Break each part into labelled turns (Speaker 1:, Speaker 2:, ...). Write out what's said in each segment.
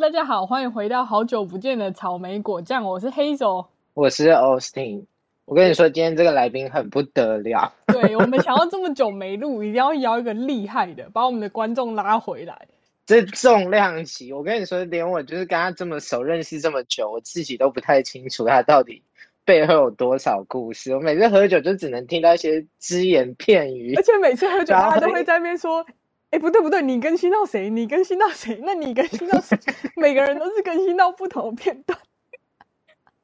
Speaker 1: 大家好，欢迎回到好久不见的草莓果酱，我是黑手。
Speaker 2: 我是 Austin。我跟你说，今天这个来宾很不得了。
Speaker 1: 对我们想要这么久没录，一定要邀一个厉害的，把我们的观众拉回 来。
Speaker 2: 这重量级，我跟你说，连我就是跟他这么熟，认识这么久，我自己都不太清楚他到底背后有多少故事。我每次喝酒就只能听到一些只言片语
Speaker 1: 而，且每次喝酒，
Speaker 2: 然后
Speaker 1: 大家都会在那边 说：“哎，不对不对，你更新到谁？你更新到谁？那你更新到谁？”每个人都是更新到不同片 段。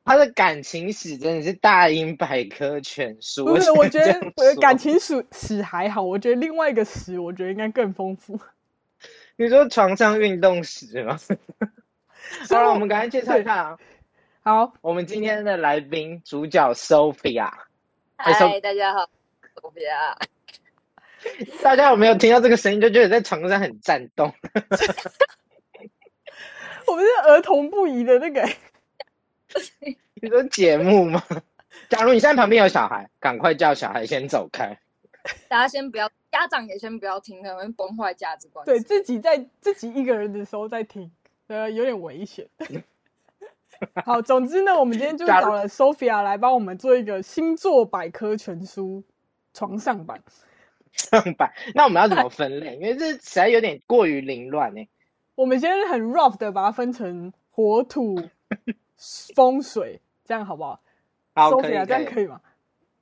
Speaker 2: 他的感情史真的是大英百科全书。
Speaker 1: 不是，
Speaker 2: 只能
Speaker 1: 我觉
Speaker 2: 这
Speaker 1: 得
Speaker 2: 样
Speaker 1: 我的
Speaker 2: 说
Speaker 1: 感，情史史还好，我觉得另外一个史，我觉得应该更丰富。
Speaker 2: 你说床上运动史吗？
Speaker 1: 所
Speaker 2: 好
Speaker 1: 以
Speaker 2: 了，
Speaker 1: 我
Speaker 2: 我们赶快介绍一下啊
Speaker 1: 好，
Speaker 2: 我们今天的来宾主角 Sophia。哎小
Speaker 3: 嗨，大家好，我比亚。
Speaker 2: 大家有没有听到这个声音就觉得在床上很颤动？
Speaker 1: 我们是儿童不宜的那个、
Speaker 2: 你说节 目吗？假如你现在旁边有小孩，赶快叫小孩先走开。
Speaker 3: 大家先不要，家长也先不要听，可能会崩坏价值观。
Speaker 1: 对自己在自己一个人的时候在听，呃，有点危险。 好，总之呢，我们今天就
Speaker 2: 假如
Speaker 1: 找了 Sophia 来帮我们做一个星座百科全书床上版。
Speaker 2: 上班，那我们要怎么分 类？因为这实在有点过于凌乱欸呢、
Speaker 1: 我们先很 rough 的把它分成火 土、风水，这样好不好
Speaker 2: 好，可以，
Speaker 1: ？Sophia 这样可
Speaker 2: 以。
Speaker 1: 以吗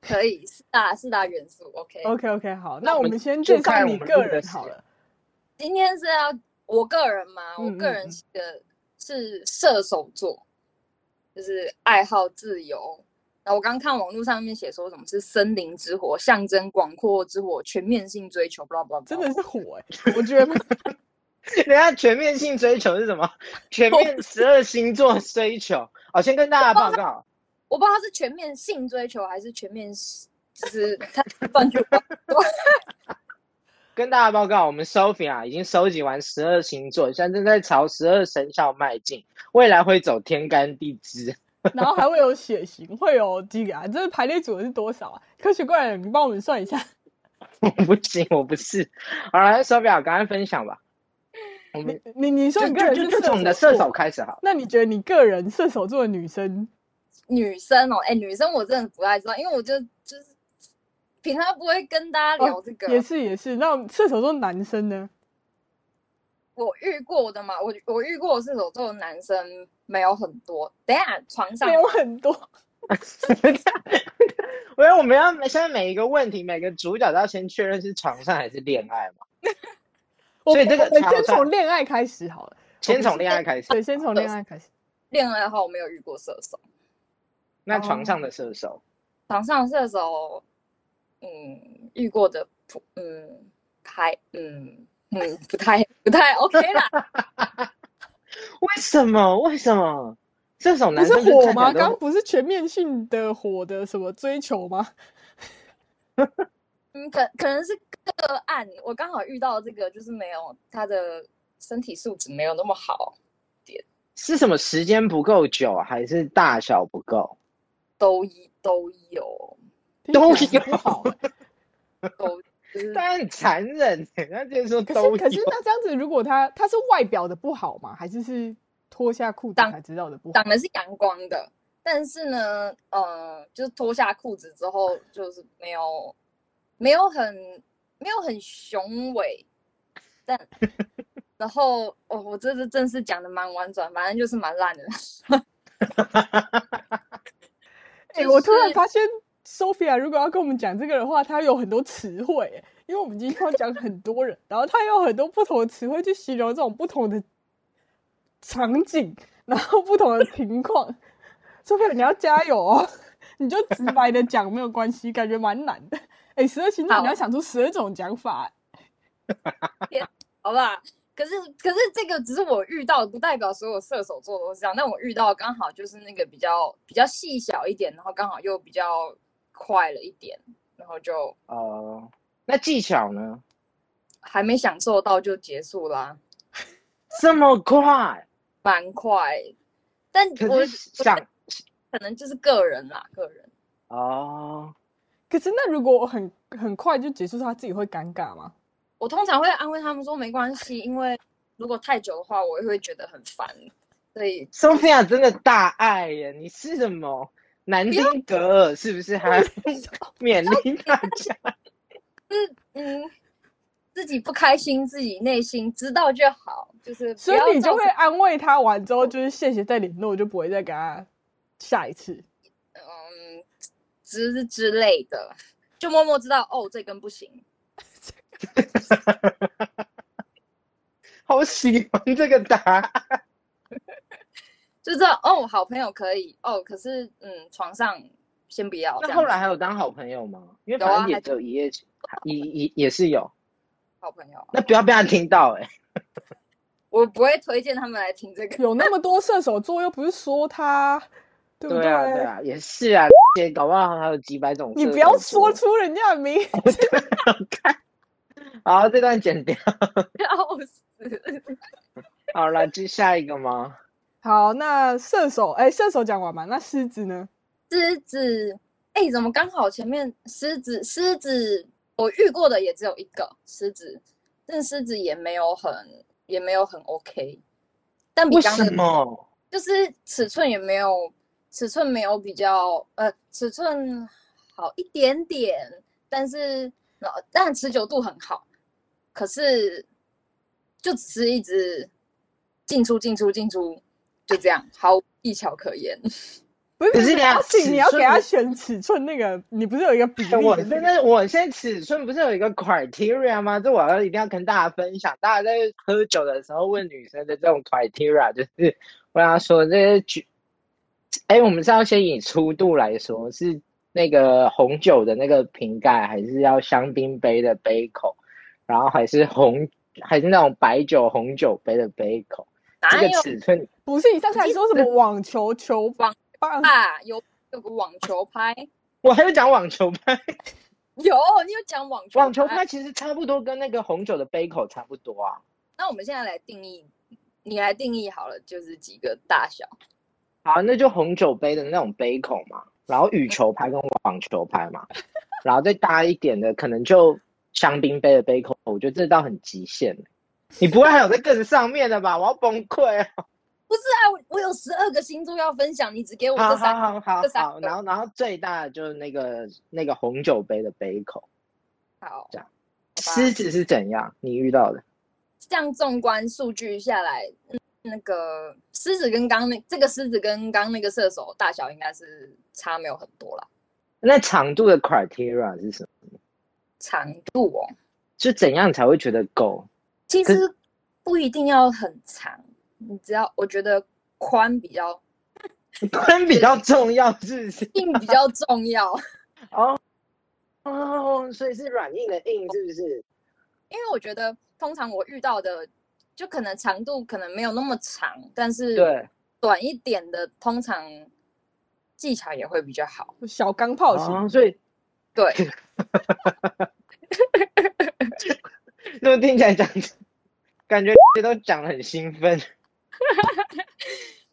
Speaker 3: 可以四大四大元素，OK。
Speaker 1: ？OK OK，好，
Speaker 2: 那
Speaker 1: 那
Speaker 2: 我
Speaker 1: 我
Speaker 2: 们
Speaker 1: 们先
Speaker 2: 就
Speaker 1: 介绍
Speaker 2: 看我
Speaker 1: 你
Speaker 2: 们
Speaker 1: 个
Speaker 2: 录的
Speaker 1: 人
Speaker 2: 时
Speaker 1: 好了。
Speaker 3: 今天是要我个人嘛，
Speaker 1: 嗯
Speaker 3: 我个
Speaker 1: 嗯
Speaker 3: 人是个是射手座，就是爱好自由。然后我刚看网络上面写说什么是森林之火，象征广阔之火，全面性追求，blah blah blah。
Speaker 1: 真的是火哎、我觉得
Speaker 2: 人家全面性追求是什 么？全面十二星座追求。哦，先跟大家报 告，
Speaker 3: 我不知道他是全面性追求还是全面，就是 他乱去玩。
Speaker 2: 跟大家报告，我们 Sophia 已经收集完十二星座，现在正在朝十二生肖迈进，未来会走天干地支。
Speaker 1: 然后还会有血型，会有几个啊？这排列组合是多少啊？科学怪人，你帮我们算一下。
Speaker 2: 我不行，我不是。好了，Sophia，赶快分享吧。我们
Speaker 1: 你你你说
Speaker 2: 就
Speaker 1: 你个人
Speaker 2: 就是就从你的射
Speaker 1: 射
Speaker 2: 手
Speaker 1: 座，
Speaker 2: 开始好了。
Speaker 1: 那你觉得你个人射手座的女生，
Speaker 3: 女生哦，哎、女生我真的不太知道，因为我就就是平常不会跟大家聊这个。
Speaker 1: 哦也是也是，那射手座男生呢？
Speaker 3: 我遇过的嘛，我我遇过射手座的男生没有很多。等一下床上
Speaker 1: 没有很多，
Speaker 2: 因为 我们要现在每一个问题，每个主角都要先确认是床上还是恋爱嘛，
Speaker 1: 我
Speaker 2: 所以这个
Speaker 1: 我们
Speaker 2: 好
Speaker 1: 先
Speaker 2: 算
Speaker 1: 从恋爱开始好了。
Speaker 2: 先从恋爱开始。
Speaker 1: 对，先从恋爱开始。
Speaker 3: 恋爱的话，我没有遇过射手。
Speaker 1: 哦
Speaker 2: 那床上的射手，
Speaker 3: 床上射手，嗯，遇过的不，嗯，还嗯嗯 不太不太 OK 啦。
Speaker 2: 为什么？为什么射手
Speaker 1: 不
Speaker 2: 男
Speaker 1: 是
Speaker 2: 生就
Speaker 1: 火
Speaker 2: 看起
Speaker 1: 吗？
Speaker 2: 来都
Speaker 1: 刚不是全面性的火的什么追求吗？
Speaker 3: 嗯，可可能是个案，我刚好遇到这个，就是没有他的身体素质没有那么好，
Speaker 2: 是什么时间不够久，还是大小不够？
Speaker 3: 都一都有，
Speaker 2: 都
Speaker 1: 听起来
Speaker 2: 有
Speaker 1: 不好欸、
Speaker 3: 都就是
Speaker 2: 但很残忍、欸，他直接说
Speaker 1: 可
Speaker 2: 都
Speaker 1: 是
Speaker 2: 有
Speaker 1: 可。是那这样子，如果他他是外表的不好吗？还是是脱下裤子
Speaker 3: 当
Speaker 1: 才知道的不好
Speaker 3: 长？得是阳光的，但是呢，呃，就是脱下裤子之后，就是没有没有很没有很雄伟，但然后哦，我这次正是讲的蛮婉转，反正就是蛮烂的。
Speaker 1: 哎、
Speaker 3: 就
Speaker 1: 我突然
Speaker 3: 是
Speaker 1: 发现，Sophia 如果要跟我们讲这个的话，她有很多词汇欸，因为我们今天要讲很多人，然后她有很多不同的词汇去形容这种不同的场景，然后不同的情况。Sophia，你要加油哦！你就直白的讲没有关系，感觉蛮难的。哎、十二星座
Speaker 3: 好
Speaker 1: 你要想出十二种讲法欸，
Speaker 3: 好吧。可是，可是这个只是我遇到的，不代表所有射手座都是这样。但我遇到的刚好就是那个比较比较细小一点，然后刚好又比较快了一点，然后就
Speaker 2: 哦，那技巧呢？
Speaker 3: 还没享受到就结束啦，
Speaker 2: 这么快？
Speaker 3: 蛮快。但我
Speaker 2: 可是想
Speaker 3: 可能就是个人啦，个人
Speaker 2: 哦，
Speaker 1: 可是那如果我很很快就结束，她自己会尴尬吗？
Speaker 3: 我通常会安慰他们说没关系，因为如果太久的话，我也会觉得很烦。所以
Speaker 2: 松菲亚真的大爱耶！你是什么南丁格尔？是不是还勉励大家？
Speaker 3: 嗯，自己不开心，自己内心知道就好，就是不
Speaker 1: 所以
Speaker 3: 要
Speaker 1: 你就
Speaker 3: 造
Speaker 1: 会
Speaker 3: 成
Speaker 1: 安慰他，完之后就是谢谢再联络，就不会再跟他下一次。
Speaker 3: 嗯之之类的，就默默知道哦，这根不行。
Speaker 2: 好喜欢这个答案，
Speaker 3: 就知道哦，好朋友可以哦，可是嗯，床上先不要。
Speaker 2: 那
Speaker 3: 这样
Speaker 2: 后来还有当好朋友吗？因为反
Speaker 3: 有啊
Speaker 2: 正也
Speaker 3: 还
Speaker 2: 只有一夜情，
Speaker 1: 啊
Speaker 2: 也也也是有。
Speaker 3: 好朋友，
Speaker 2: 那不要被他听到哎、
Speaker 3: 我不会推荐他们来听这个。
Speaker 1: 有那么多射手座，又不是说他，对不
Speaker 2: 对啊，对啊，也是啊，姐，搞不好还有几百种。
Speaker 1: 你不要说。出人家的名，
Speaker 2: 好，这段剪掉。
Speaker 3: 笑死！
Speaker 2: 好了，就下一个吗？
Speaker 1: 好，那射手，哎、射手讲完嘛？那狮子呢？
Speaker 3: 狮子，哎、怎么刚好前面狮子？狮子，我遇过的也只有一个狮子，但狮子也没有很，也没有很 OK。但比
Speaker 2: 为
Speaker 3: 刚刚
Speaker 2: 什
Speaker 3: 那个
Speaker 2: 么？
Speaker 3: 就是尺寸也没有，尺寸没有比较，呃，尺寸好一点点，但是呃但持久度很好，可是就只是一直进出进出进出，就这样，毫无技巧可言。
Speaker 1: 不是，
Speaker 2: 可是
Speaker 1: 不
Speaker 2: 等下
Speaker 1: 不行，你要
Speaker 2: 尺寸
Speaker 1: 给他选尺寸那个，你不是有一个比例的
Speaker 2: 我
Speaker 1: 那
Speaker 2: 真
Speaker 1: 个？
Speaker 2: 的，我现在尺寸不是有一个 criteria 吗？这我要一定要跟大家分享。大家在喝酒的时候问女生的这种 criteria，就是我跟她说这些酒，哎，我们是要先以粗度来说，是那个红酒的那个瓶盖，还是要香槟杯的杯口，然后还是红，还是那种白酒红酒杯的杯口，这
Speaker 3: 哪
Speaker 2: 个
Speaker 3: 有
Speaker 2: 尺寸
Speaker 1: 不是，你上次还说什么网球球
Speaker 3: 网
Speaker 1: 棒？
Speaker 2: 嗯
Speaker 3: 啊？有有个网球拍，
Speaker 2: 我还有讲网球拍，
Speaker 3: 有你有讲网球
Speaker 2: 网球拍其实差不多跟那个红酒的杯口差不多啊。
Speaker 3: 那我们现在来定义，你来定义好了，就是几个大小。
Speaker 2: 好，那就红酒杯的那种杯口嘛，然后羽球拍跟网球拍嘛，然后再大一点的，可能就香槟杯的杯口，我觉得这倒很极限了欸你不会还有在更上面的吧？我要崩溃了！
Speaker 3: 不是啊，我我有十二个星座要分享，你只给我
Speaker 2: 好
Speaker 3: 这三
Speaker 2: 好
Speaker 3: 个。
Speaker 2: 好好
Speaker 3: 这三
Speaker 2: 好，
Speaker 3: 个
Speaker 2: 然后然后最大的就是那个那个红酒杯的杯口，
Speaker 3: 好，
Speaker 2: 这样
Speaker 3: 好吧
Speaker 2: 狮子是怎样？你遇到的？
Speaker 3: 这样纵观数据下来，嗯那个狮子跟刚那这个狮子跟刚那个射手大小应该是差没有很多啦，
Speaker 2: 那长度的 criteria 是什么？
Speaker 3: 长度哦，
Speaker 2: 就怎样才会觉得够？
Speaker 3: 其
Speaker 2: 可
Speaker 3: 实不一定要很长，你只要我觉得宽比较
Speaker 2: 宽比较重要，是不是？
Speaker 3: 硬比较重要，
Speaker 2: 哦，所以是软硬的硬，是不是？
Speaker 3: 因为我觉得通常我遇到的就可能长度可能没有那么长，但是
Speaker 2: 对。
Speaker 3: 短一点的通常技巧也会比较好，
Speaker 1: 小钢炮型，
Speaker 2: 哦，所以
Speaker 3: 对。
Speaker 2: 那么听起来讲，感觉都讲的很兴 奋。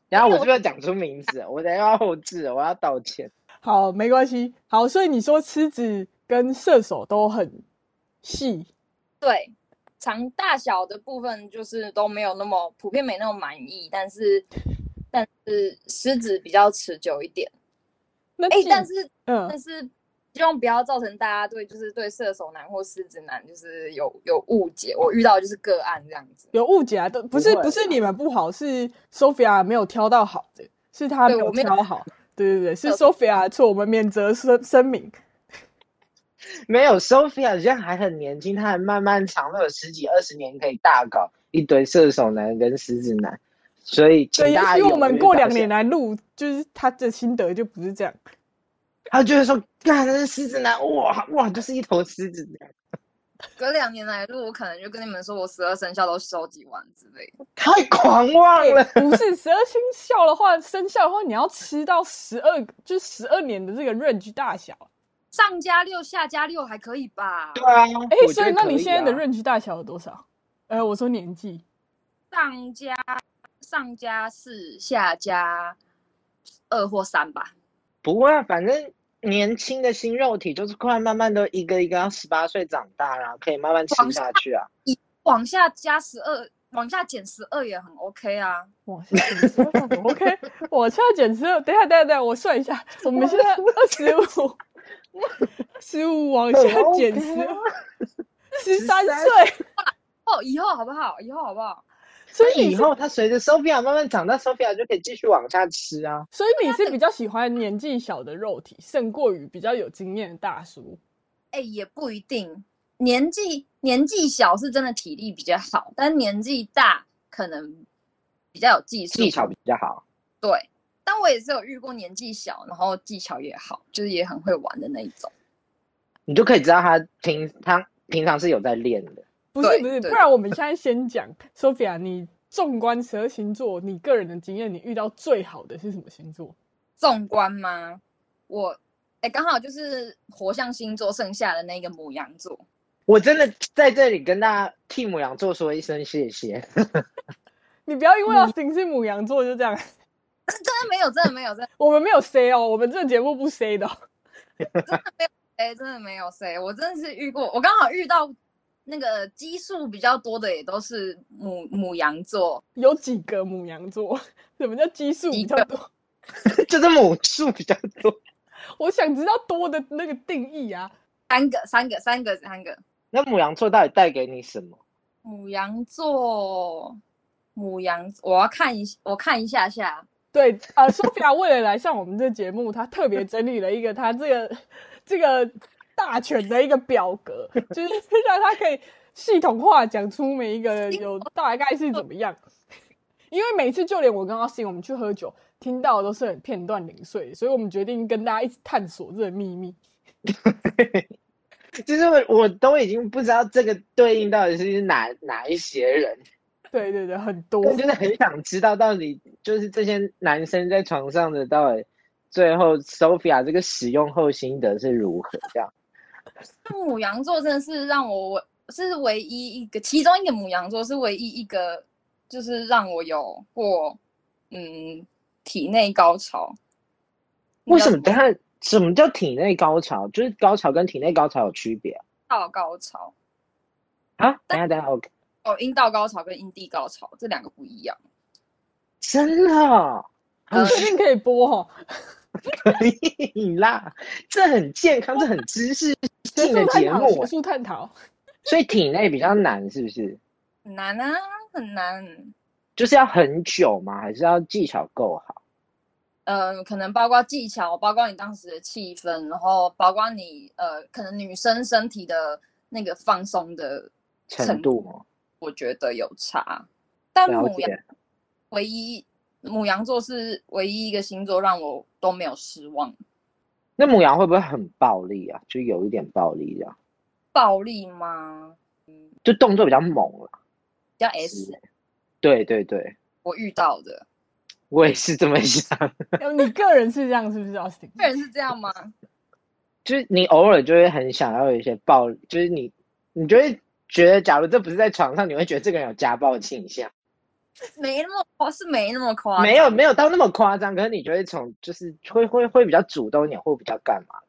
Speaker 2: 然后我是不是要讲出名字？我等一下要后置，我要道歉。
Speaker 1: 好，没关系。好，所以你说狮子跟射手都很细，
Speaker 3: 对，长大小的部分就是都没有那么普遍，没那么满意，但是但是狮子比较持久一点。
Speaker 1: 那
Speaker 3: 哎、
Speaker 1: 既
Speaker 3: 但是
Speaker 1: 嗯
Speaker 3: 但，是希望不要造成大家对就是对射手男或狮子男就是有有误解。我遇到的就是个案这样子，
Speaker 1: 有误解啊，都不是
Speaker 2: 不会
Speaker 1: 不是你们不好，是 Sophia 没有挑到好的，是他没
Speaker 3: 对
Speaker 1: 有
Speaker 3: 我没有
Speaker 1: 挑好。对对对，是
Speaker 3: 没有
Speaker 1: Sophia 的错，我们免责声声明。
Speaker 2: 没有，Sophia 现在还很年轻，她还漫漫长路有十几二十年可以大搞一堆射手男跟狮子男，所以请
Speaker 1: 对，也
Speaker 2: 大家
Speaker 1: 许我
Speaker 2: 踊
Speaker 1: 们
Speaker 2: 跃
Speaker 1: 过
Speaker 2: 道
Speaker 1: 两
Speaker 2: 歉
Speaker 1: 年，来录，就是他的心得就不是这样。
Speaker 2: 他就会说：“干，这是狮子男，哇哇，就是一头狮子男。
Speaker 3: 隔两年来录，我可能就跟你们说我十二生肖都收集完之类的。”
Speaker 2: 太狂妄了。
Speaker 1: 不是哎十二星肖的话，生肖的话，你要吃到十二，就十二年的这个 range 大小。
Speaker 3: 上加六，下加六还可以吧？
Speaker 2: 对啊，
Speaker 1: 哎、
Speaker 2: 我觉
Speaker 1: 所
Speaker 2: 得
Speaker 1: 以那
Speaker 2: 可
Speaker 1: 你现在的
Speaker 2: 啊
Speaker 1: range 大小有多少？呃，我说年纪，
Speaker 3: 上加上加四，下加二或三吧。
Speaker 2: 不会啊，反正年轻的新肉体就是快慢慢都一个一个要十八岁长大啦，可以慢慢吃下去啊。
Speaker 3: 往下加十二往下减十二也很 OK 啊。
Speaker 1: 往下减十二，OK，往下减十二。等一下，等一下，等一下，我算一下，我们现在二十五，十五 往下减十
Speaker 2: 啊
Speaker 1: 二，十三岁。
Speaker 3: 哦，以后好不好？以后好不好？
Speaker 1: 所
Speaker 2: 那
Speaker 1: 以你
Speaker 2: 以
Speaker 1: 是，
Speaker 2: 后他随着 Sophia 慢慢长大，Sophia 就可以继续往下吃啊。
Speaker 1: 所以你是比较喜欢年纪小的肉体，胜过于比较有经验的大叔。
Speaker 3: 哎、也不一定，年纪年纪小是真的体力比较好，但年纪大可能比较有技术
Speaker 2: 技巧比较好。
Speaker 3: 对，但我也是有遇过年纪小，然后技巧也好，就是也很会玩的那一种。
Speaker 2: 你就可以知道他平他平常是有在练的。
Speaker 1: 不是
Speaker 3: 对
Speaker 1: 不是，不
Speaker 3: 对
Speaker 1: 然我们现在先讲 Sophia，你纵观十二星座，你个人的经验，你遇到最好的是什么星座？
Speaker 3: 纵观吗？我哎，刚、好就是火象星座剩下的那个母羊座，
Speaker 2: 我真的在这里跟大家替母羊座说一声谢谢。
Speaker 1: 你不要因为要定是母羊座就这样，
Speaker 3: 真的没有，真的没有，真的
Speaker 1: 我们没有 say 哦，我们这个节目不 say 的哦、
Speaker 3: 哎、真的没有谁，我真的是遇过，我刚好遇到那个基数比较多的也都是母母羊座，
Speaker 1: 有几个母羊座？什么叫基数比较多？
Speaker 2: 就是母数比较多。
Speaker 1: 我想知道多的那个定义啊。
Speaker 3: 三个，三个，三个，三个。
Speaker 2: 那母羊座到底带给你什么？
Speaker 3: 母羊座，母羊，我要看一，我看一下下。
Speaker 1: 对，呃，苏菲亚为了来上我们这节目，她特别整理了一个她这个这个大全的一个表格，就是 让她可以系统化讲出每一 个有大概是怎么样。因为每次就连我跟阿信我们去喝酒，听到的都是很片段零碎，所以我们决定跟大家一起探索这个秘密。
Speaker 2: 就是我我都已经不知道这个对应到底是哪哪一些人，
Speaker 1: 对对对，很多。
Speaker 2: 我就是很想知道到底就是这些男生在床上的到底最后 Sophia 这个使用后心得是如何这样。
Speaker 3: 母羊座真的是让我，我是唯一一个，其中一个母羊座是唯一一个，就是让我有过，嗯，体内高潮。
Speaker 2: 为什么？等一下什么叫体内高潮？就是高潮跟体内高潮有区别啊？
Speaker 3: 到高潮？
Speaker 2: 啊等一下等一下，OK，
Speaker 3: 哦，阴道高潮跟阴蒂高潮这两个不一样。
Speaker 2: 真的哦、
Speaker 3: 呃
Speaker 1: 确定可以播哦，
Speaker 2: 可以啦，这很健康，这很知识
Speaker 1: 学
Speaker 2: 性的
Speaker 1: 术探
Speaker 2: 节
Speaker 1: 讨，
Speaker 2: 目
Speaker 1: 学，术探讨。
Speaker 2: 所以体内比较难，是不是？
Speaker 3: 很难啊，很难。
Speaker 2: 就是要很久吗？还是要技巧够好？
Speaker 3: 呃，可能包括技巧，包括你当时的气氛，然后包括你呃，可能女生身体的那个放松的，
Speaker 2: 程度吗？
Speaker 3: 我觉得有差。但
Speaker 2: 了
Speaker 3: 母羊
Speaker 2: 解，
Speaker 3: 唯一母羊座是唯一一个星座让我都没有失望。
Speaker 2: 那母羊会不会很暴力啊？就有一点暴力这样，
Speaker 3: 暴力吗？
Speaker 2: 就动作比较猛了。
Speaker 3: 比较 S，
Speaker 2: 对对对，
Speaker 3: 我遇到的，
Speaker 2: 我也是这么想。
Speaker 1: 呃你个人是这样是不是，Austin？
Speaker 3: 个人是这样吗？
Speaker 2: 就是你偶尔就会很想要有一些暴力，就是你，你就会觉得，假如这不是在床上，你会觉得这个人有家暴倾向。
Speaker 3: 没那么夸，是没那么夸张，
Speaker 2: 没有没有到那么夸张，可是你就会从就是会会会比较主动一点，会比较干嘛？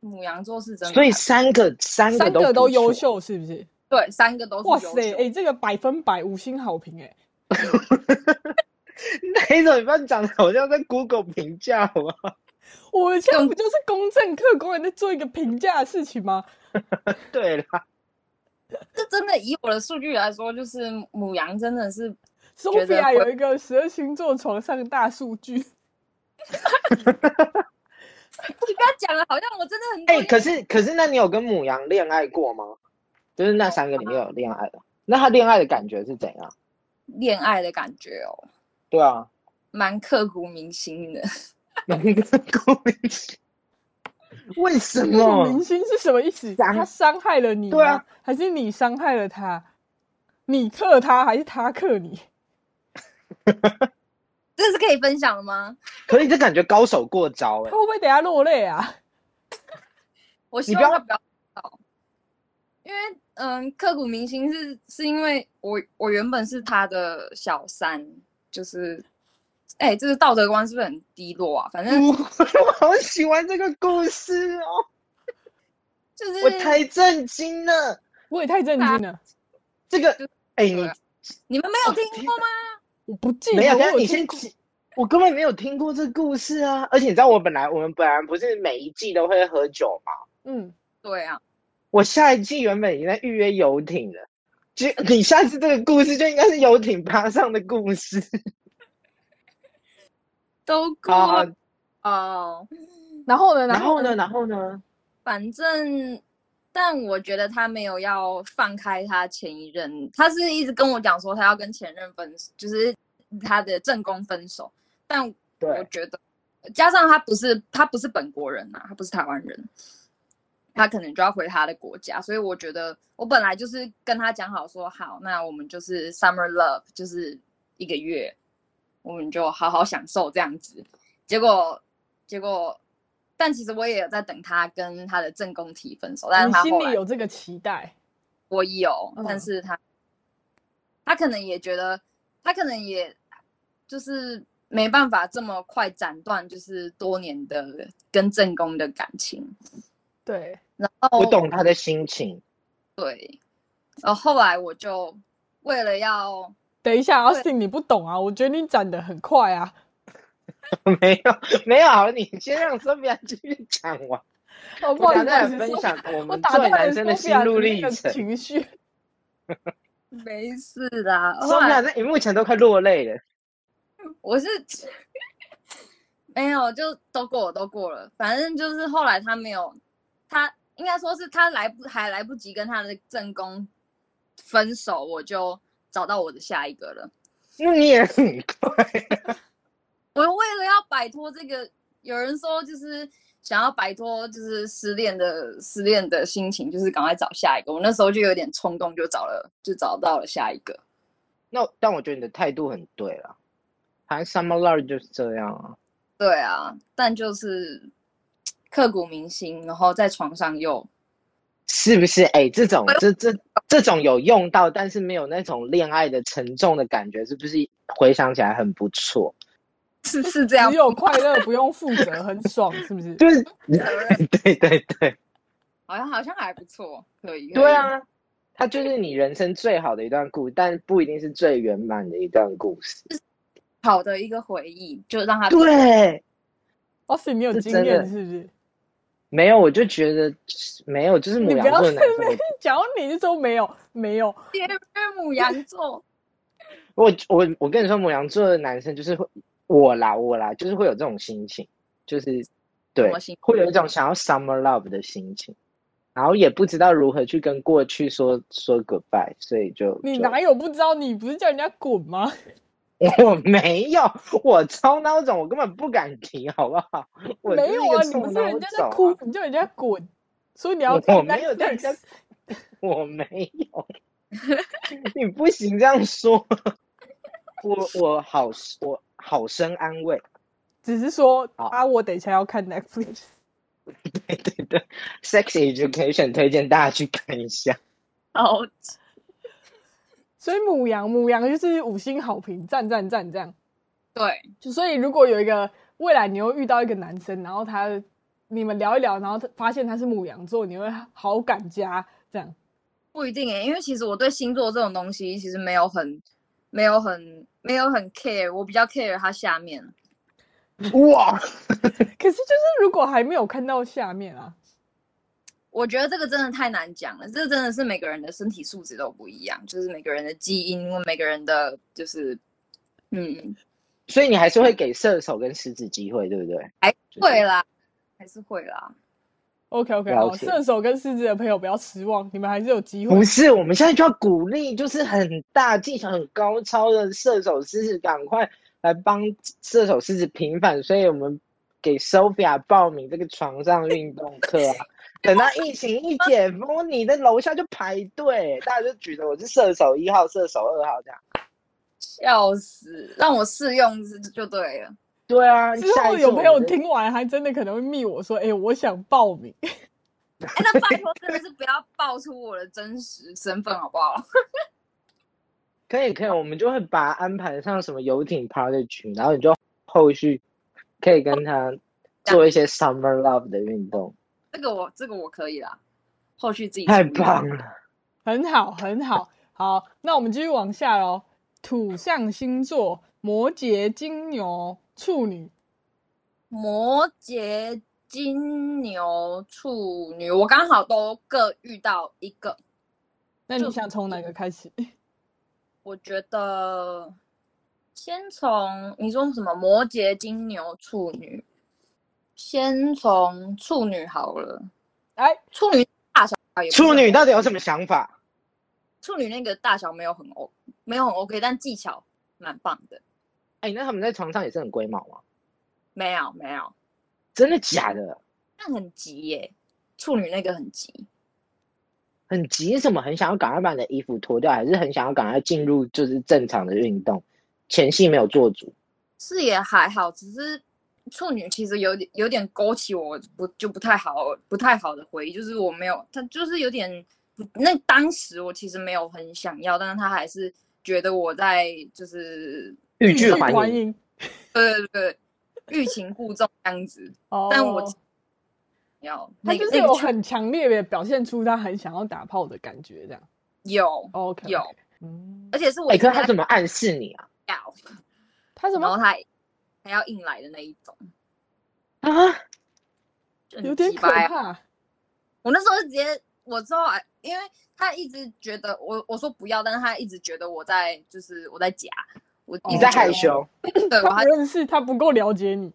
Speaker 3: 母羊座是真的，
Speaker 2: 所以三个三
Speaker 1: 三
Speaker 2: 都
Speaker 1: 个都
Speaker 2: 不错
Speaker 1: 优， 秀是不是？
Speaker 3: 对三个都是
Speaker 1: 哇
Speaker 3: 优
Speaker 1: 塞，
Speaker 3: 秀
Speaker 1: 哎、这个百分百五星好评哎、
Speaker 2: 哪一种？你不要长得好像在 Google 评价好不好？
Speaker 1: 我
Speaker 2: 嗯
Speaker 1: 们现在不就是公正客观的做一个评价的事情吗？
Speaker 2: 对啦，
Speaker 3: 这真的以我的数据来说，就是母羊真的是
Speaker 1: 苏
Speaker 3: 觉
Speaker 1: 菲
Speaker 3: 得
Speaker 1: 亚
Speaker 3: 会
Speaker 1: 有一个十二星座床上大数据，
Speaker 3: 你不要讲了，好像我真的很
Speaker 2: 哎、
Speaker 3: 努力
Speaker 2: 可是可是，那你有跟母羊恋爱过吗？就是那三个里面有恋爱的，那他恋爱的感觉是怎样？
Speaker 3: 恋爱的感觉哦，
Speaker 2: 对啊，
Speaker 3: 蛮刻骨铭心的。
Speaker 2: 那个顾明星为什
Speaker 1: 这个
Speaker 2: 么
Speaker 1: 明？星是什么意思？
Speaker 2: 伤
Speaker 1: 他伤害了你吗？
Speaker 2: 嗯对啊
Speaker 1: 还是你伤害了他？你克他还是他克你？
Speaker 3: 这是可以分享的吗？
Speaker 2: 可以，这感觉高手过招哎、
Speaker 1: 他会不会等下落泪啊？
Speaker 3: 我希
Speaker 2: 你
Speaker 3: 望
Speaker 2: 不要
Speaker 3: 他不要到，因为嗯，刻骨铭心是是因为我我原本是他的小三，就是哎、这个道德观是不是很低落啊？反正
Speaker 2: 我我好喜欢这个故事哦，
Speaker 3: 就是
Speaker 2: 我太震惊了。啊
Speaker 1: 我也太震惊了。
Speaker 2: 这个哎、
Speaker 3: 对啊
Speaker 2: 你
Speaker 3: 你们没有
Speaker 2: 哦
Speaker 3: 听过吗？
Speaker 1: 我不记得
Speaker 2: 没有，
Speaker 1: 哎我
Speaker 2: 但
Speaker 1: 有
Speaker 2: 你
Speaker 1: 听
Speaker 2: 先
Speaker 1: 过，
Speaker 2: 记，我根本没有听过这故事啊！而且你知道，我本来我们本来不是每一季都会喝酒嘛，
Speaker 1: 嗯，
Speaker 3: 对啊，
Speaker 2: 我下一季原本已经在预约游艇了。就你下次这个故事就应该是游艇爬上的故事。
Speaker 3: 都过
Speaker 2: 好好，
Speaker 3: 哦。
Speaker 1: 然后呢，嗯
Speaker 2: 然后
Speaker 1: 后
Speaker 2: 呢？？然后呢？
Speaker 3: 反正，但我觉得他没有要放开他前一任，他是一直跟我讲说他要跟前任分手，就是他的正宫分手。但我
Speaker 2: 对，
Speaker 3: 觉得，加上他不是他不是本国人呐、啊他不是台湾人，他可能就要回他的国家，所以我觉得我本来就是跟他讲好说好，那我们就是 summer love，就是一个月，我们就好好享受这样子。结果结果，但其实我也有在等他跟他的正宫提分手，但是
Speaker 1: 你
Speaker 3: 他
Speaker 1: 心
Speaker 3: 后
Speaker 1: 里
Speaker 3: 来
Speaker 1: 有这个期待，
Speaker 3: 我有，但
Speaker 1: 嗯
Speaker 3: 是他他可能也觉得，他可能也就是没办法这么快斩断，就是多年的跟正宫的感情。
Speaker 1: 对，
Speaker 3: 然后
Speaker 1: 哦
Speaker 2: 我懂他的心情。
Speaker 3: 对，然后后来我就为了要
Speaker 1: 等一下，Austin，你不懂啊，我觉得你长得很快啊。
Speaker 2: 没有，没有，啊好你先让 Sophia 继续讲完。
Speaker 1: 哦，不
Speaker 2: 我
Speaker 1: 好意
Speaker 2: 打
Speaker 1: 思，
Speaker 2: 算
Speaker 1: 不好意思
Speaker 2: 分享我
Speaker 1: 我
Speaker 2: 们
Speaker 1: 打
Speaker 2: 作为
Speaker 1: 断
Speaker 2: 男
Speaker 1: 了
Speaker 2: 生的
Speaker 1: Sophia
Speaker 2: 心路
Speaker 1: 的
Speaker 2: 历
Speaker 1: 那个
Speaker 2: 程。
Speaker 1: 情绪。
Speaker 3: 没事啦，后来
Speaker 2: Sophia 在荧幕前都快落泪了。
Speaker 3: 我是 没有，就都过了，都过了。反正就是后来他没有，他应该说是他来不还来不及跟他的正宫分手，我就找到我的下一个了。
Speaker 2: 那你也很 快。
Speaker 3: 我为了要摆脱这个，有人说就是想要摆脱就是失恋的失恋的心情，就是赶快找下一个。我那时候就有点冲动，就找了就找到了下一个。
Speaker 2: 那但我觉得你的态度很对了，反正 Summer Love 就是这样啊。
Speaker 3: 对啊，但就是刻骨铭心，然后在床上又
Speaker 2: 是不是？哎、这种
Speaker 3: 哎
Speaker 2: 这这这种有用到，但是没有那种恋爱的沉重的感觉，是不是？回想起来很不错，
Speaker 3: 是是这样
Speaker 1: 只有快乐不用负责，很爽，是不是？
Speaker 2: 就是对对对
Speaker 3: 好像好像还不错，可以。可
Speaker 2: 对
Speaker 3: 以，
Speaker 2: 啊，它就是你人生最好的一段故事，但不一定是最圆满的一段故事。
Speaker 3: 好的一个回忆，就让 他
Speaker 1: 啊
Speaker 2: 对，
Speaker 1: ，Austin，你有
Speaker 2: 是
Speaker 1: 经
Speaker 2: 真的
Speaker 1: 验是不是？
Speaker 2: 没有我就觉得没有，就是母
Speaker 1: 你
Speaker 2: 羊
Speaker 1: 不要
Speaker 2: 座的
Speaker 1: 在
Speaker 2: 男生，
Speaker 1: 那讲到你就说没有，没有，
Speaker 3: 因为母羊座，
Speaker 2: 我我我我跟你说，母羊座的男生就是会我啦我啦，就是会有这种心情，就是对
Speaker 3: 么心，
Speaker 2: 会有一种想要 summer love 的心情，然后也不知道如何去跟过去说说 goodbye，所以就
Speaker 1: 你
Speaker 2: 就
Speaker 1: 哪有不知道？你不是叫人家滚吗？
Speaker 2: 我没有，我超孬种，我根本不敢提，好不好？我
Speaker 1: 没
Speaker 2: 就是
Speaker 1: 有
Speaker 2: 一个
Speaker 1: 啊，你
Speaker 2: 臭
Speaker 1: 不是
Speaker 2: 孬
Speaker 1: 人家在
Speaker 2: 种啊
Speaker 1: 哭，你叫人家滚，所以你要
Speaker 2: 我我没有在
Speaker 1: Netflix
Speaker 2: 人家我没有， 你不行这样说， 我我好我好生安慰。
Speaker 1: 只是说
Speaker 2: 好
Speaker 1: 啊，我等一下要看 Netflix。
Speaker 2: 对对对，Sex Education 推荐大家去看一下。
Speaker 3: 好，
Speaker 1: 所以母羊，母羊就是五星好评，赞赞赞这样。
Speaker 3: 对，
Speaker 1: 就所以如果有一个未来你又遇到一个男生，然后他你们聊一聊，然后他发现他是母羊座，你会好感加这样。
Speaker 3: 不一定诶、欸因为其实我对星座这种东西其实没有很、没有很、没有很 care，我比较 care 它下面。
Speaker 2: 哇，
Speaker 1: 可是就是如果还没有看到下面啊，
Speaker 3: 我觉得这个真的太难讲了，这真的是每个人的身体素质都不一样，就是每个人的基因，每个人的就是，嗯，
Speaker 2: 所以你还是会给射手跟狮子机会，对不对？
Speaker 3: 还
Speaker 2: 就是
Speaker 3: 会啦，还是会啦。
Speaker 1: OK OK，
Speaker 2: 了
Speaker 1: 好，
Speaker 2: 解
Speaker 1: 射手跟狮子的朋友不要失望，你们还是有机会
Speaker 2: 不。是，我们现在就要鼓励，就是很大技巧、很高超的射手狮子，赶快来帮射手狮子平反。所以我们给 Sophia 报名这个床上运动课 啊。等到疫情一解封，你的楼下就排队，大家就举着我是射手一号、射手二号这样。
Speaker 3: 笑死，让我试用就就对了。
Speaker 2: 对啊，
Speaker 1: 之
Speaker 2: 下一
Speaker 1: 后
Speaker 2: 次
Speaker 1: 有
Speaker 2: 我
Speaker 1: 朋
Speaker 2: 们
Speaker 1: 友
Speaker 2: 就
Speaker 1: 听完，还真的可能会密我说：“哎、我想报名。
Speaker 3: 哎、那拜托真的是不要爆出我的真实身份好不 好？
Speaker 2: 可以可以，我们就会把它安排上什么游艇趴的局，然后你就后续可以跟他做一些 summer love 的运动，
Speaker 3: 这个我这个我可以啦，后续自己
Speaker 2: 太
Speaker 3: 处理
Speaker 2: 棒了！”
Speaker 1: 很好，很好。好，那我们继续往下喽。土象星座：摩羯、金牛、处女。
Speaker 3: 摩羯、金牛、处女，我刚好都各遇到一个。
Speaker 1: 那你
Speaker 3: 就
Speaker 1: 想从哪个开始？
Speaker 3: 我觉得先从你说什么摩羯、金牛、处女，先从处女好了。
Speaker 1: 哎，
Speaker 3: 处女大小也不是
Speaker 2: 处女
Speaker 3: 很
Speaker 2: 到底有什么想法？
Speaker 3: 处女那个大小没有很 O，没有很 OK，但技巧蛮棒的。
Speaker 2: 哎、那他们在床上也是很龟毛吗？
Speaker 3: 没有没有，
Speaker 2: 真的假的？
Speaker 3: 但很急耶，处女那个很急。
Speaker 2: 很急什么？很想要赶快把你的衣服脱掉，还是很想要赶快进入就是正常的运动？前戏没有做足，
Speaker 3: 是也还好，只是处女其实有点有点勾起我不就不太好不太好的回忆，就是我没有，他就是有点那当时我其实没有很想要，但是他还是觉得我在就是
Speaker 2: 欲
Speaker 1: 欲
Speaker 2: 拒
Speaker 1: 拒还
Speaker 2: 还迎。
Speaker 1: 迎。
Speaker 3: 对对对欲擒故纵这样子，
Speaker 1: 哦，
Speaker 3: 但我要
Speaker 1: 他
Speaker 3: 那个
Speaker 1: 就是
Speaker 3: 那
Speaker 1: 有
Speaker 3: 个确
Speaker 1: 很强烈的表现出他很想要打炮的感觉，这样。
Speaker 3: 有，
Speaker 1: OK，,
Speaker 3: 有
Speaker 1: 嗯，
Speaker 3: 而且是我
Speaker 2: 哎、可是
Speaker 3: 他
Speaker 2: 他怎么暗示你啊？
Speaker 3: 要，
Speaker 1: 他怎
Speaker 3: 然后
Speaker 1: 么
Speaker 3: 他还还要硬来的那一种，
Speaker 2: 啊，
Speaker 3: 就很
Speaker 1: 有点
Speaker 3: 鸡
Speaker 1: 可
Speaker 3: 掰啊
Speaker 1: 怕？
Speaker 3: 我那时候就直接，我之后还因为他一直觉得我我说不要，但是他一直觉得我在就是我在假，我
Speaker 1: 哦
Speaker 2: 你在
Speaker 1: 这个
Speaker 2: 害羞？
Speaker 3: 对我
Speaker 1: 他
Speaker 3: 还
Speaker 1: 不认识，他不够了解你，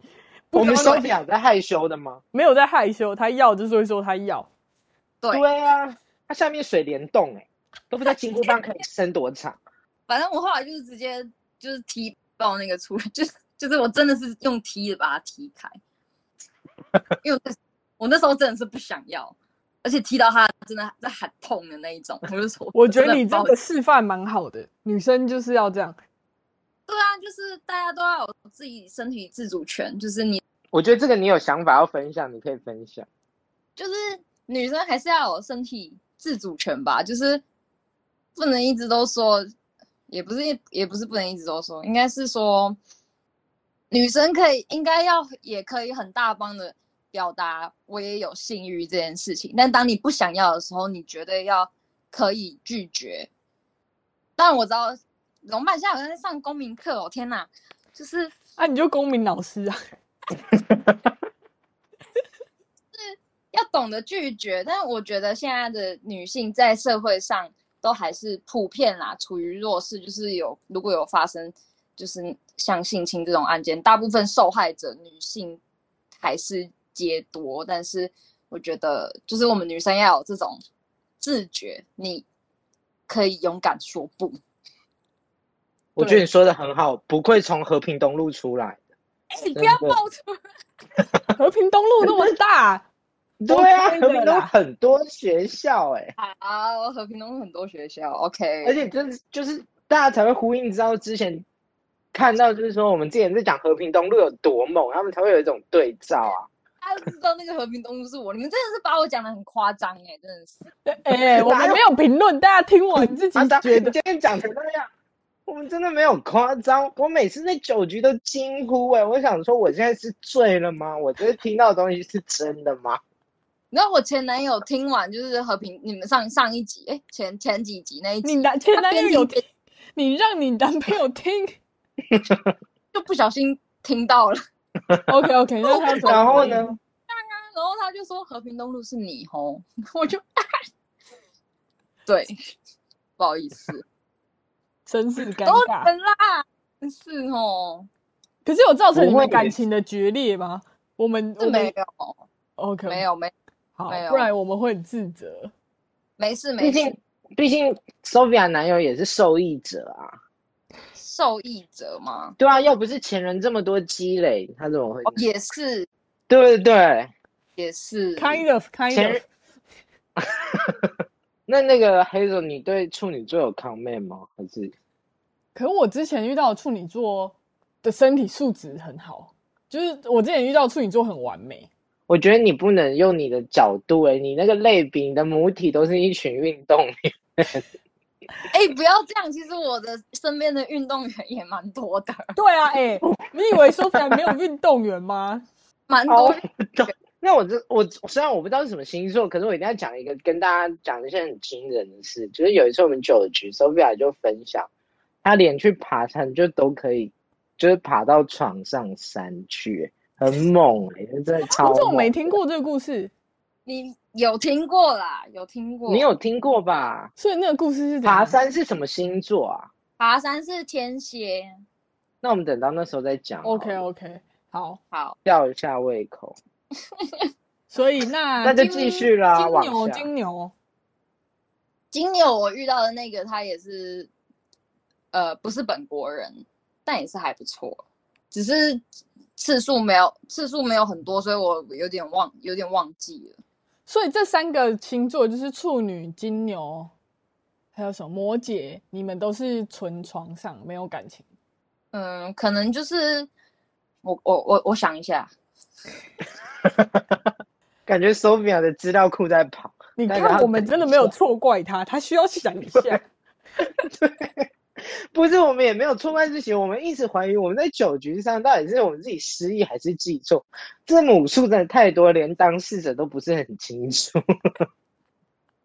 Speaker 2: 我们
Speaker 3: 知道
Speaker 2: 手表在害羞的吗？
Speaker 1: 没有在害羞，他要就是会说他要。
Speaker 3: 对
Speaker 2: 对啊，它下面水帘洞哎、都 不知道金箍棒可以伸多长。
Speaker 3: 反正我后来就是直接就是踢爆那个出， 就是就是我真的是用踢的把他踢开，因为我那我那时候真的是不想要，而且踢到他真的在喊痛的那一种，我就说
Speaker 1: 我觉得你这
Speaker 3: 真的很抱
Speaker 1: 个示范蛮好的，女生就是要这样。
Speaker 3: 对啊，就是大家都要有自己身体自主权，就是你
Speaker 2: 我觉得这个你有想法要分享，你可以分享。
Speaker 3: 就是女生还是要有身体自主权吧，就是不能一直都说，也不是也不是不能一直都说，应该是说女生可以应该要也可以很大方的表达我也有性欲这件事情，但当你不想要的时候，你绝对要可以拒绝。但我知道龙曼现在好像在上公民课哦，天哪，就是
Speaker 1: 啊，你就公民老师啊，
Speaker 3: 要懂得拒绝，但我觉得现在的女性在社会上都还是普遍啦，处于弱势，就是有如果有发生就是像性侵这种案件，大部分受害者女性还是皆多，但是我觉得就是我们女生要有这种自觉，你可以勇敢说不，
Speaker 2: 我觉得你说的很好，不愧从和平东路出来。
Speaker 3: 哎、你不要
Speaker 2: 真的
Speaker 3: 爆出
Speaker 1: 和平东路那么 大，
Speaker 2: 对啊，
Speaker 1: OK
Speaker 2: 和平
Speaker 1: 的
Speaker 2: 东
Speaker 1: 啦
Speaker 2: 很多学校哎、
Speaker 3: 来啊！和平东路很多学校，OK，
Speaker 2: 而且真的就是大家才会呼应，知道之前看到就是说我们之前在讲和平东路有多猛，他们才会有一种对照啊。
Speaker 3: 大家都知道那个和平东路是我，你们真的是把我讲的很夸张哎，真的是。
Speaker 1: 哎、我们没有评论，大家听完自己
Speaker 2: 啊，当
Speaker 1: 觉
Speaker 2: 然你
Speaker 1: 得。
Speaker 2: 今天讲成那样，我们真的没有夸张。我每次那酒局都惊呼哎、我想说我现在是醉了吗？我这听到的东西是真的吗？
Speaker 3: 你知道我前男友听完就是和平，你们上上一集，哎、前前几集那一
Speaker 1: 你
Speaker 3: 集，
Speaker 1: 男前男友有
Speaker 3: 他边
Speaker 1: 听，你让你男朋友听。
Speaker 3: 就不小心听到了，
Speaker 1: OK OK，那他怎么
Speaker 2: 然后
Speaker 1: 回应
Speaker 2: 呢？？
Speaker 3: 然后他就说和平东路是你吼，我就， 对，不好意思，
Speaker 1: 真是尴
Speaker 3: 都
Speaker 1: 尬。
Speaker 3: 人啦，是哦，
Speaker 1: 可是有造成你
Speaker 2: 不会
Speaker 1: 们感情的决裂吗？我们我嗯
Speaker 3: 是没
Speaker 1: 们
Speaker 3: 有，
Speaker 1: OK
Speaker 3: 没有，没
Speaker 1: 好
Speaker 3: 没，有
Speaker 1: 不然我们会很自责。
Speaker 3: 没事没
Speaker 2: 毕
Speaker 3: 事
Speaker 2: 竟，毕竟 Sophia 男友也是受益者啊。
Speaker 3: 受益者嘛，
Speaker 2: 对啊，要不是前人这么多积累，他怎么会？
Speaker 3: 哦也是
Speaker 2: 对对对，
Speaker 3: 也是，
Speaker 1: Kind of kind
Speaker 2: 前
Speaker 1: of，
Speaker 2: 人。那那个黑总，你对处女座有 comment 吗？还是
Speaker 1: 可我之前遇到的处女座的身体素质很好，就是我之前遇到的处女座很完 美。
Speaker 2: 我觉得你不能用你的角度、欸，你那个类比，你的母体都是一群运动员。
Speaker 3: 哎、不要这样，其实我的身边的运动员也蛮多的，
Speaker 1: 欸对啊，哎、你以为 Sophia 没有运动员吗？
Speaker 3: 蛮多
Speaker 2: 运动那我这我虽然我不知道是什么星座，可是我一定要讲一个跟大家讲一些很惊人的事，就是有一次我们酒局，Sophia 就分享，她连去爬山就都可以，就是爬到床上山去，很猛哎、欸，真的超
Speaker 1: 我怎么
Speaker 2: 猛
Speaker 1: 没听过这个故事？
Speaker 3: 你有听过啦，有听过。
Speaker 2: 你有听过吧？
Speaker 1: 所以那个故事是怎
Speaker 2: 爬
Speaker 1: 样？
Speaker 2: 山是什么星座啊？
Speaker 3: 爬山是天蝎，
Speaker 2: 那我们等到那时候再讲好了。
Speaker 1: OK OK，好，
Speaker 3: 好，
Speaker 2: 吊一下胃口。
Speaker 1: 所以那
Speaker 2: 那就
Speaker 1: 金
Speaker 2: 继续啦
Speaker 1: 金
Speaker 2: 往
Speaker 1: 牛，
Speaker 2: 下
Speaker 1: 金牛，
Speaker 3: 金牛我遇到的那个他也是，呃，不是本国人，但也是还不错，只是次数没有次数没有很多，所以我有点忘有点忘记了。
Speaker 1: 所以这三个星座就是处女、金牛，还有什么摩羯，你们都是纯床上没有感情。
Speaker 3: 嗯，可能就是我我我我想一下，
Speaker 2: 感觉 Sophia 的资料库在跑，
Speaker 1: 你
Speaker 2: 大家
Speaker 1: 看，我们真的没有错怪他，他需要想 一下。
Speaker 2: 不是我们也没有错怪自己，我们一直怀疑我们在酒局上到底是我们自己失忆还是记错，这母数真的太多，连当事者都不是很清楚。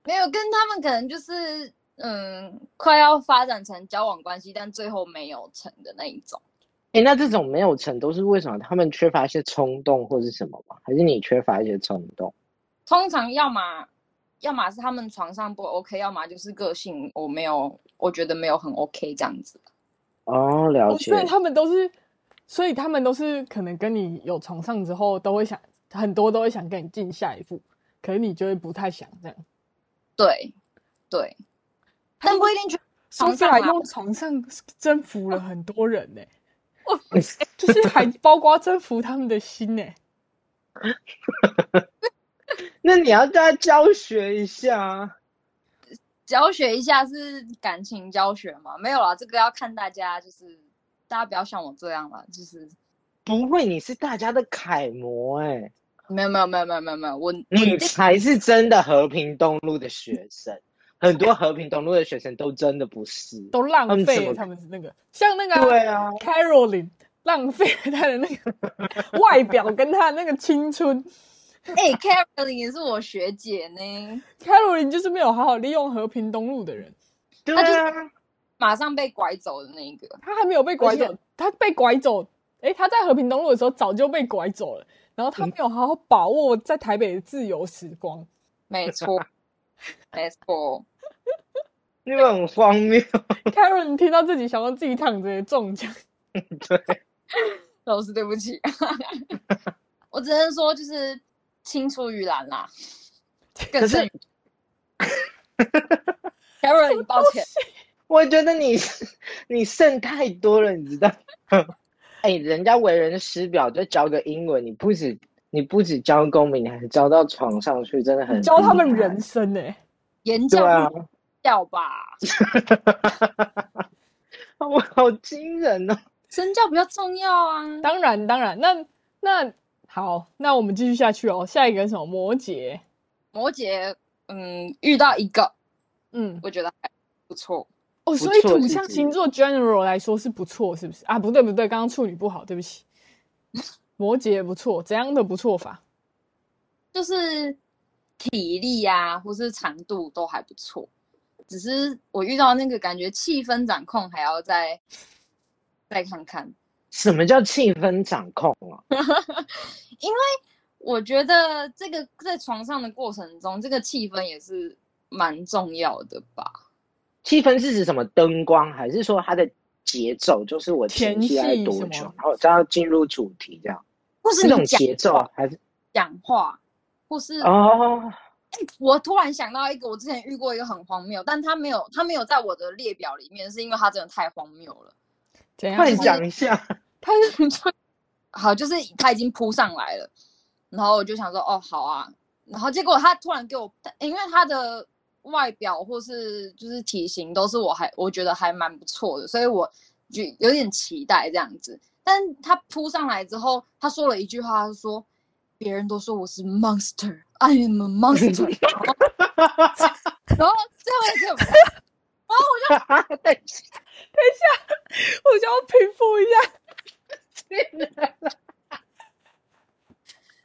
Speaker 3: 没有跟他们可能就是嗯，快要发展成交往关系，但最后没有成的那一种。
Speaker 2: 哎、那这种没有成都是为什么？他们缺乏一些冲动或是什么吗？还是你缺乏一些冲动？
Speaker 3: 通常要么要么是他们床上不 OK，要么就是个性我没有，我觉得没有很 OK 这样子。
Speaker 2: 哦，了
Speaker 1: 哦
Speaker 2: 解
Speaker 1: 所。以他们都是，所以他们都是可能跟你有床上之后，都会想很多都会想跟你进下一步，可是你就会不太想这样。
Speaker 3: 对对，但不一定全
Speaker 1: 说
Speaker 3: 床
Speaker 1: 起
Speaker 3: 上
Speaker 1: 来
Speaker 3: 啊
Speaker 1: 用床上征服了很多人呢、就是还包括征服他们的心呢、
Speaker 2: 那你要大家教学一下啊。
Speaker 3: 教学一下是感情教学嘛？没有啦，这个要看大家，就是大家不要像我这样啦，就是
Speaker 2: 不会，你是大家的楷模哎、
Speaker 3: 没有没有没有没有没有没有，我
Speaker 2: 你才是真的和平东路的学生。很多和平东路的学生都真的不是。
Speaker 1: 都浪
Speaker 2: 他们
Speaker 1: 费
Speaker 2: 怎么
Speaker 1: 了他们那个，像那个啊、
Speaker 2: 对啊，
Speaker 1: Caroline 浪费了他的那 个外表跟他那个青春。
Speaker 3: 哎、c a r o l i n 也是我学姐呢，
Speaker 1: Caroline 就是没有好好利用和平东路的人，
Speaker 2: 对
Speaker 3: 就
Speaker 2: 啊，
Speaker 3: 马上被拐走的那一个。
Speaker 1: 他还没有被拐
Speaker 2: 而
Speaker 1: 走，他被拐走，诶，他在和平东路的时候早就被拐走了，然后他没有好好把握在台北的自由时光。
Speaker 3: 没错，没错，
Speaker 2: 因为很荒谬。
Speaker 3: 嗯
Speaker 1: Karen 听到自己想到自己躺着也中奖，
Speaker 3: 老师对不起， 我只能说就是青出于蓝啦。更
Speaker 2: 可是
Speaker 3: 胜于 Karen，抱 歉，
Speaker 2: 啊我觉得你 你剩太多了，你知道吗？ 哎、人家为人师表就教个英文，你不止你不止教公民，你还教到床上去，真的很
Speaker 1: 教他们
Speaker 2: 厉害
Speaker 1: 人。生呢、
Speaker 3: 言
Speaker 2: 对啊
Speaker 3: 教，教吧，
Speaker 2: 我好惊人哦！
Speaker 3: 身教比较重要啊。
Speaker 1: 当然，当然，那那好，那我们继续下去哦。下一个是什么？摩羯。
Speaker 3: 摩羯，嗯，遇到一个，
Speaker 1: 嗯，
Speaker 3: 我觉得还不错。
Speaker 1: 哦，
Speaker 2: 错
Speaker 1: 所以土
Speaker 2: 是
Speaker 1: 象
Speaker 2: 指
Speaker 1: 星座 general 来说是不错，是不是啊？不对，不对，刚刚处女不好，对不起。摩羯不错，怎样的不错法？
Speaker 3: 就是体力呀、或是长度都还不错。只是我遇到那个感觉气氛掌控还要再再看看。
Speaker 2: 什么叫气氛掌控啊？
Speaker 3: 我觉得这个在床上的过程中，这个气氛也是蛮重要的吧。
Speaker 2: 气氛是指什么灯光，还是说它的节奏？就是我前戏要
Speaker 1: 前戏
Speaker 2: 多
Speaker 1: 什么
Speaker 2: 久，然后我就要进入主题这样。
Speaker 3: 或是
Speaker 2: 这种
Speaker 3: 你讲嗯
Speaker 2: 节奏啊还是
Speaker 3: 讲话，或是、
Speaker 2: 哦，
Speaker 3: 我突然想到一个，我之前遇过一个很荒谬，但他没有他没有在我的列表里面，是因为他真的太荒谬了。
Speaker 1: 怎样？
Speaker 2: 快讲一 下。
Speaker 1: 他是
Speaker 3: 好，就是他已经扑上来了，然后我就想说，哦，好啊，然后结果他突然给我，因为他的外表或是就是体型都是我还我觉得还蛮不错的，所以我就有点期待这样子。但他扑上来之后，他说了一句话，他说：“别人都说我是 monster，I am a monster。然后”然后最后一句，
Speaker 2: 对，
Speaker 1: 我想要平复一下，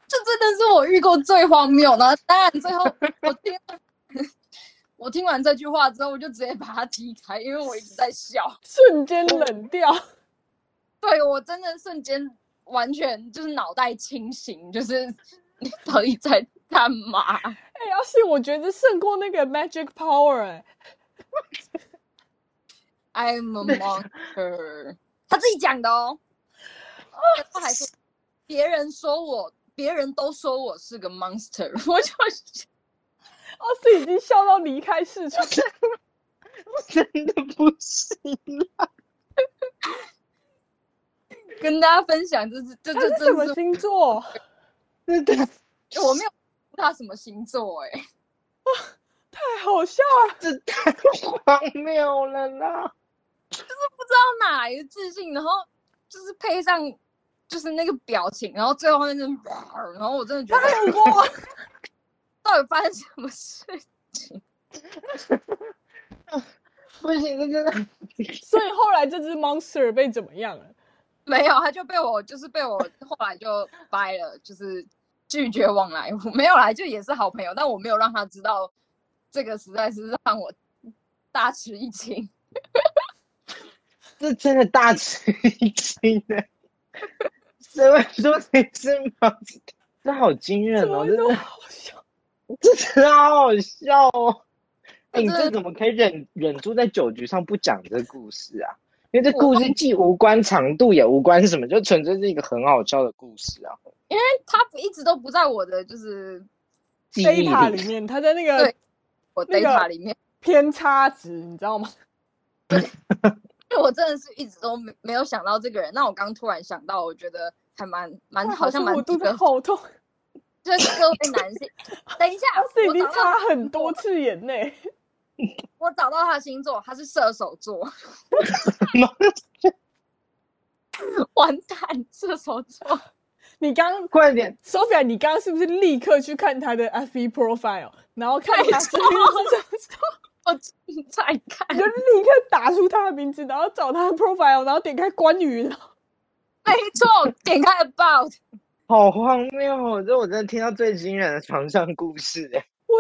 Speaker 3: 就真的是我遇过最荒谬。然后当然最后我听完，我听完这句话之后，我就直接把他踢开，因为我一直在笑。
Speaker 1: 瞬间冷掉。哎
Speaker 3: 对我真的瞬间完全就是脑袋清醒，就是你到底在干嘛？
Speaker 1: 哎、要是我觉得胜过那个 Magic Power，哎、
Speaker 3: I'm a monster，他 自己讲的哦。他还说别人说我，别人都说我是个 monster，我 就
Speaker 1: 奥斯已经笑到离开市场。
Speaker 2: 真的不行啊！
Speaker 3: 跟大家分享，这是这
Speaker 1: 他
Speaker 3: 这
Speaker 1: 是
Speaker 3: 这
Speaker 1: 什么
Speaker 3: 是
Speaker 1: 星座？哎
Speaker 2: 真的，
Speaker 3: 我没有他什么星座哎、
Speaker 1: 太好笑了！
Speaker 2: 这太荒谬了啦！
Speaker 3: 他哪来的自信？然后就是配上就是那个表情，然后最后面就是，然后我真的觉得
Speaker 1: 太有过，
Speaker 3: 到底发生什么事？
Speaker 2: 不行，这真 的
Speaker 1: 所以后来这只 monster 被怎么样了？
Speaker 3: 没有，他就被我就是被我后来就掰了，就是拒绝往来。我没有来，就也是好朋友，但我没有让他知道，这个实在是让我大吃一惊。
Speaker 2: 这真的大吃一惊呢！谁会说谁是毛子？这好惊人
Speaker 1: 怎么
Speaker 2: 哦！
Speaker 1: 会
Speaker 2: 真
Speaker 1: 这么
Speaker 2: 的，
Speaker 1: 好笑？
Speaker 2: 这真的好好笑哦！哎，你
Speaker 3: 这
Speaker 2: 这怎么可以忍忍住在酒局上不讲这个故事啊？因为这故事既无关长度，也无关什么，就纯粹是一个很好笑的故事啊！
Speaker 3: 他一直都不在我的就是
Speaker 2: 记忆
Speaker 1: data 里面，他在那个
Speaker 3: 对我
Speaker 1: 那个
Speaker 3: data 里面，
Speaker 1: 偏差值，你知道吗？
Speaker 3: 因为我真的是一直都没没有想到这个人。那我刚突然想到，我觉得还蛮蛮嗯好像蛮
Speaker 1: 我
Speaker 3: 值
Speaker 1: 肚子
Speaker 3: 得，
Speaker 1: 好痛，
Speaker 3: 就是各位 男性，等一下
Speaker 1: 奥，斯已
Speaker 3: 我
Speaker 1: 经
Speaker 3: 找到
Speaker 1: 擦很多次眼泪。
Speaker 3: 我找到他的星座，他是射手座。 完蛋，射手座。
Speaker 1: 你刚
Speaker 2: 快点，
Speaker 1: Sophia，你刚刚是不是立刻去看他的 FB profile，然后看他是不是
Speaker 3: 我正在
Speaker 1: 你
Speaker 3: 看，
Speaker 1: 就立刻打出他的名字，然后找他的 profile，然后点开关于，然后
Speaker 3: 没错，点开 About，
Speaker 2: 好荒谬哦！这我真的听到最惊人的床上故事哎！
Speaker 1: 我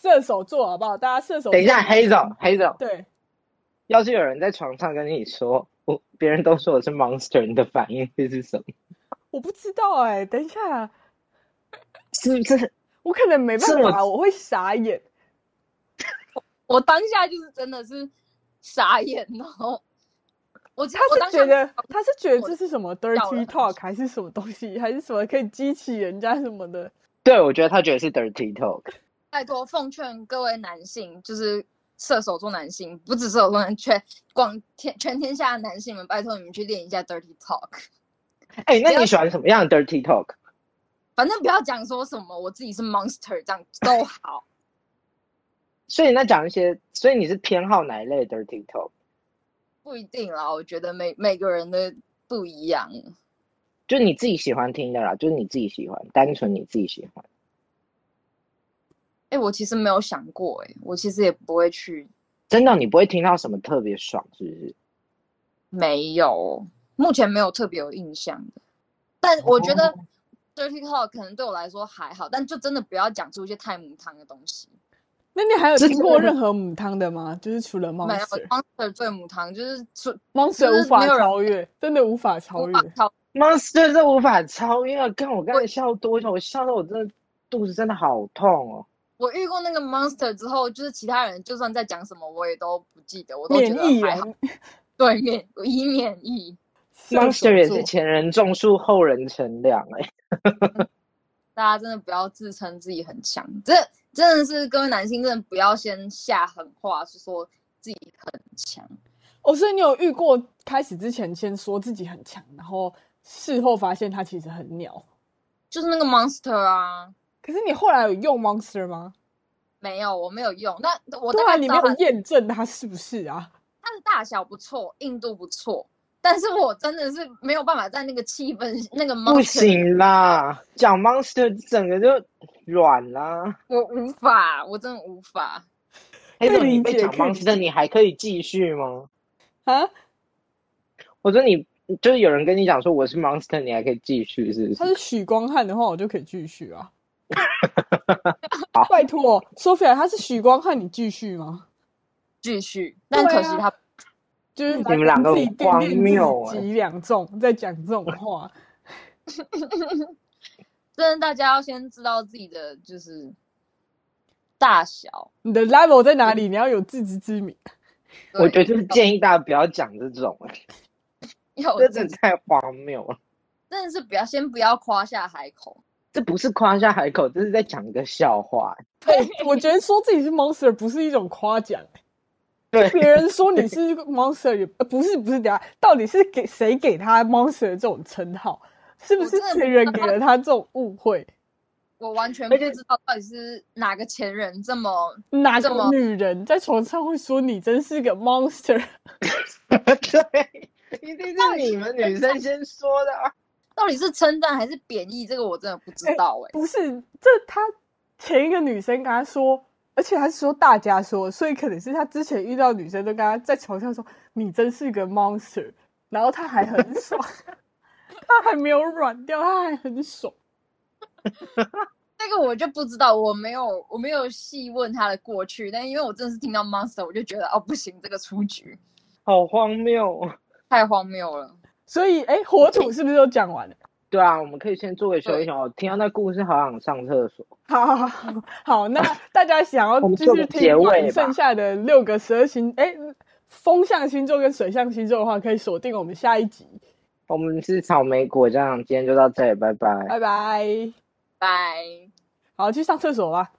Speaker 1: 射手座好不好？大家射手座
Speaker 2: 等一下，黑总，黑总，
Speaker 1: 对，
Speaker 2: 要是有人在床上跟你说“我”，别人都说我是 monster，你的反应会是什么？
Speaker 1: 我不知道哎、等一下，
Speaker 2: 是不是？
Speaker 1: 我可能没办
Speaker 2: 是
Speaker 1: 法，
Speaker 2: 我
Speaker 1: 我会傻眼。
Speaker 3: 我当下就是真的是傻眼，然后我
Speaker 1: 他
Speaker 3: 我当
Speaker 1: 是觉
Speaker 3: 下
Speaker 1: 得他是觉得这是什么
Speaker 3: 笑了
Speaker 1: dirty talk 还是什么东西，还是什么可以激起人家什么的？
Speaker 2: 对，我觉得他觉得是 dirty talk。
Speaker 3: 拜托奉劝各位男性，就是射手座男性，不止射手座男，全广天全天下的男性们，拜托你们去练一下 dirty talk，
Speaker 2: 哎，那
Speaker 3: 不要
Speaker 2: 你喜欢什么样的 dirty talk？
Speaker 3: 反正不要讲说什么我自己是 monster 这样都好。
Speaker 2: 所以那讲一些，所以你是偏好哪一类的 dirty talk？
Speaker 3: 不一定啦，我觉得每每个人的不一样。
Speaker 2: 就你自己喜欢听的啦，就是你自己喜欢，单纯你自己喜欢。
Speaker 3: 哎、我其实没有想过、欸，哎，我其实也不会去，
Speaker 2: 真的，你不会听到什么特别爽，是不是？
Speaker 3: 没有，目前没有特别有印象的。但我觉
Speaker 1: 哦
Speaker 3: 得 dirty talk 可能对我来说还好，但就真的不要讲出一些太母汤的东西。
Speaker 1: 那你还有
Speaker 2: 这
Speaker 1: 听过
Speaker 2: 是
Speaker 1: 任何母汤的吗？ 就是除了
Speaker 3: 没有
Speaker 1: monster。
Speaker 3: monster 最母汤就是出
Speaker 1: Monster
Speaker 3: 就是
Speaker 1: 无法
Speaker 3: 没有人
Speaker 1: 超越，真的无法超
Speaker 3: 无
Speaker 1: 越。
Speaker 3: 法超
Speaker 2: monster 是无法超越的。看我刚才笑多久，我笑到我真的肚子真的好痛哦。
Speaker 3: 我遇过那个 monster 之后，就是其他人就算在讲什么，我也都不记得，我都觉
Speaker 1: 免
Speaker 3: 得
Speaker 1: 疫
Speaker 3: 还
Speaker 1: 啊
Speaker 3: 好。对免以免疫，
Speaker 1: 射手
Speaker 2: monster 也
Speaker 1: 座
Speaker 2: 是前人种树，后人乘凉哎、
Speaker 3: 大家真的不要自称自己很强，这真的是各位男性，真的不要先下狠话，是说自己很强。
Speaker 1: 哦，所以你有遇过开始之前先说自己很强，然后事后发现他其实很鸟。
Speaker 3: 就是那个 monster 啊，
Speaker 1: 可是你后来有用 Monster 吗？
Speaker 3: 没有，我没有用。那我
Speaker 1: 对
Speaker 3: 大
Speaker 1: 啊，
Speaker 3: 概
Speaker 1: 你
Speaker 3: 知
Speaker 1: 没
Speaker 3: 道
Speaker 1: 有
Speaker 3: 它
Speaker 1: 验证它是不是啊？
Speaker 3: 它的大小不错，硬度不错，但是我真的是没有办法在那个气氛那个
Speaker 2: 不
Speaker 3: monster，
Speaker 2: 行啦，讲 monster 整个就软啦。
Speaker 3: 我无法，我真的无法。
Speaker 2: 黑
Speaker 1: 可以
Speaker 2: 总，你
Speaker 1: 理
Speaker 2: 被
Speaker 1: 解
Speaker 2: 讲
Speaker 1: 可以理
Speaker 2: monster，你还可以继续吗？
Speaker 1: 啊，
Speaker 2: 我说你就是有人跟你讲说我是 monster，你还可以继续，是不
Speaker 1: 他
Speaker 2: 是？
Speaker 1: 是许光汉的话，我就可以继续 啊。
Speaker 2: 好
Speaker 1: 拜托，Sophia，他是许光汉，你继续吗？
Speaker 3: 继续，但可惜他
Speaker 1: 就是你
Speaker 2: 们两个
Speaker 1: 自己
Speaker 2: 很
Speaker 1: 定
Speaker 2: 荒
Speaker 1: 定
Speaker 2: 谬
Speaker 1: 自
Speaker 2: 欸
Speaker 1: 己两重，在讲这种话，
Speaker 3: 真的大家要先知道自己的就是大小。
Speaker 1: 你的 level 在哪里？你要有自知之明。
Speaker 2: 我觉得
Speaker 3: 得
Speaker 2: 就是建议大家不要讲这种，
Speaker 1: 哦
Speaker 3: 要
Speaker 2: 这真
Speaker 3: 有自
Speaker 2: 的
Speaker 3: 己
Speaker 2: 太荒谬了。
Speaker 3: 真的是不要先不要夸下海口，
Speaker 2: 这不是夸下海口，这是在讲一个笑话。
Speaker 1: 哎我觉得说自己是 monster 不是一种夸奖，欸
Speaker 2: 对，
Speaker 1: 别人说你是 monster 也呃不是不是，等一下到底是给谁给他 monster 这种称号？是不是
Speaker 3: 我真的
Speaker 1: 前人给了他这种误 会？
Speaker 3: 我完全不
Speaker 2: 而且
Speaker 3: 知道到底是哪个前人这么
Speaker 1: 哪
Speaker 3: 这
Speaker 1: 个
Speaker 3: 么
Speaker 1: 女人在床上会说你真是个 monster？
Speaker 2: 对，一定是你们女生先说的啊。
Speaker 3: 到底是称赞还是贬义，这个我真的不知道哎、
Speaker 1: 不是，这他前一个女生跟他说，而且他是说大家说，所以可能是他之前遇到女生都跟他在床上说你真是个 monster，然后他还很爽， 他还没有软掉，他还很爽。
Speaker 3: 这个我就不知道，我没有我没有细问他的过去，但因为我真的是听到 monster，我就觉得哦不行，这个出局
Speaker 2: 好荒谬、哦。
Speaker 3: 太荒谬了。
Speaker 1: 所以，哎，火土是不是都讲完了？
Speaker 2: 对啊，我们可以先做个休息。我听到那故事，好想上厕所。
Speaker 1: 好好好好好，那大家想要
Speaker 2: 我们
Speaker 1: 继
Speaker 2: 做
Speaker 1: 续
Speaker 2: 个结
Speaker 1: 听
Speaker 2: 尾
Speaker 1: 完
Speaker 2: 吧
Speaker 1: 剩下的六个十二星，哎，风象星座跟水象星座的话，可以锁定我们下一集。
Speaker 2: 我们是草莓果酱，今天就到这里，拜拜。
Speaker 1: 拜拜。
Speaker 3: 拜。
Speaker 1: 好，去上厕所吧。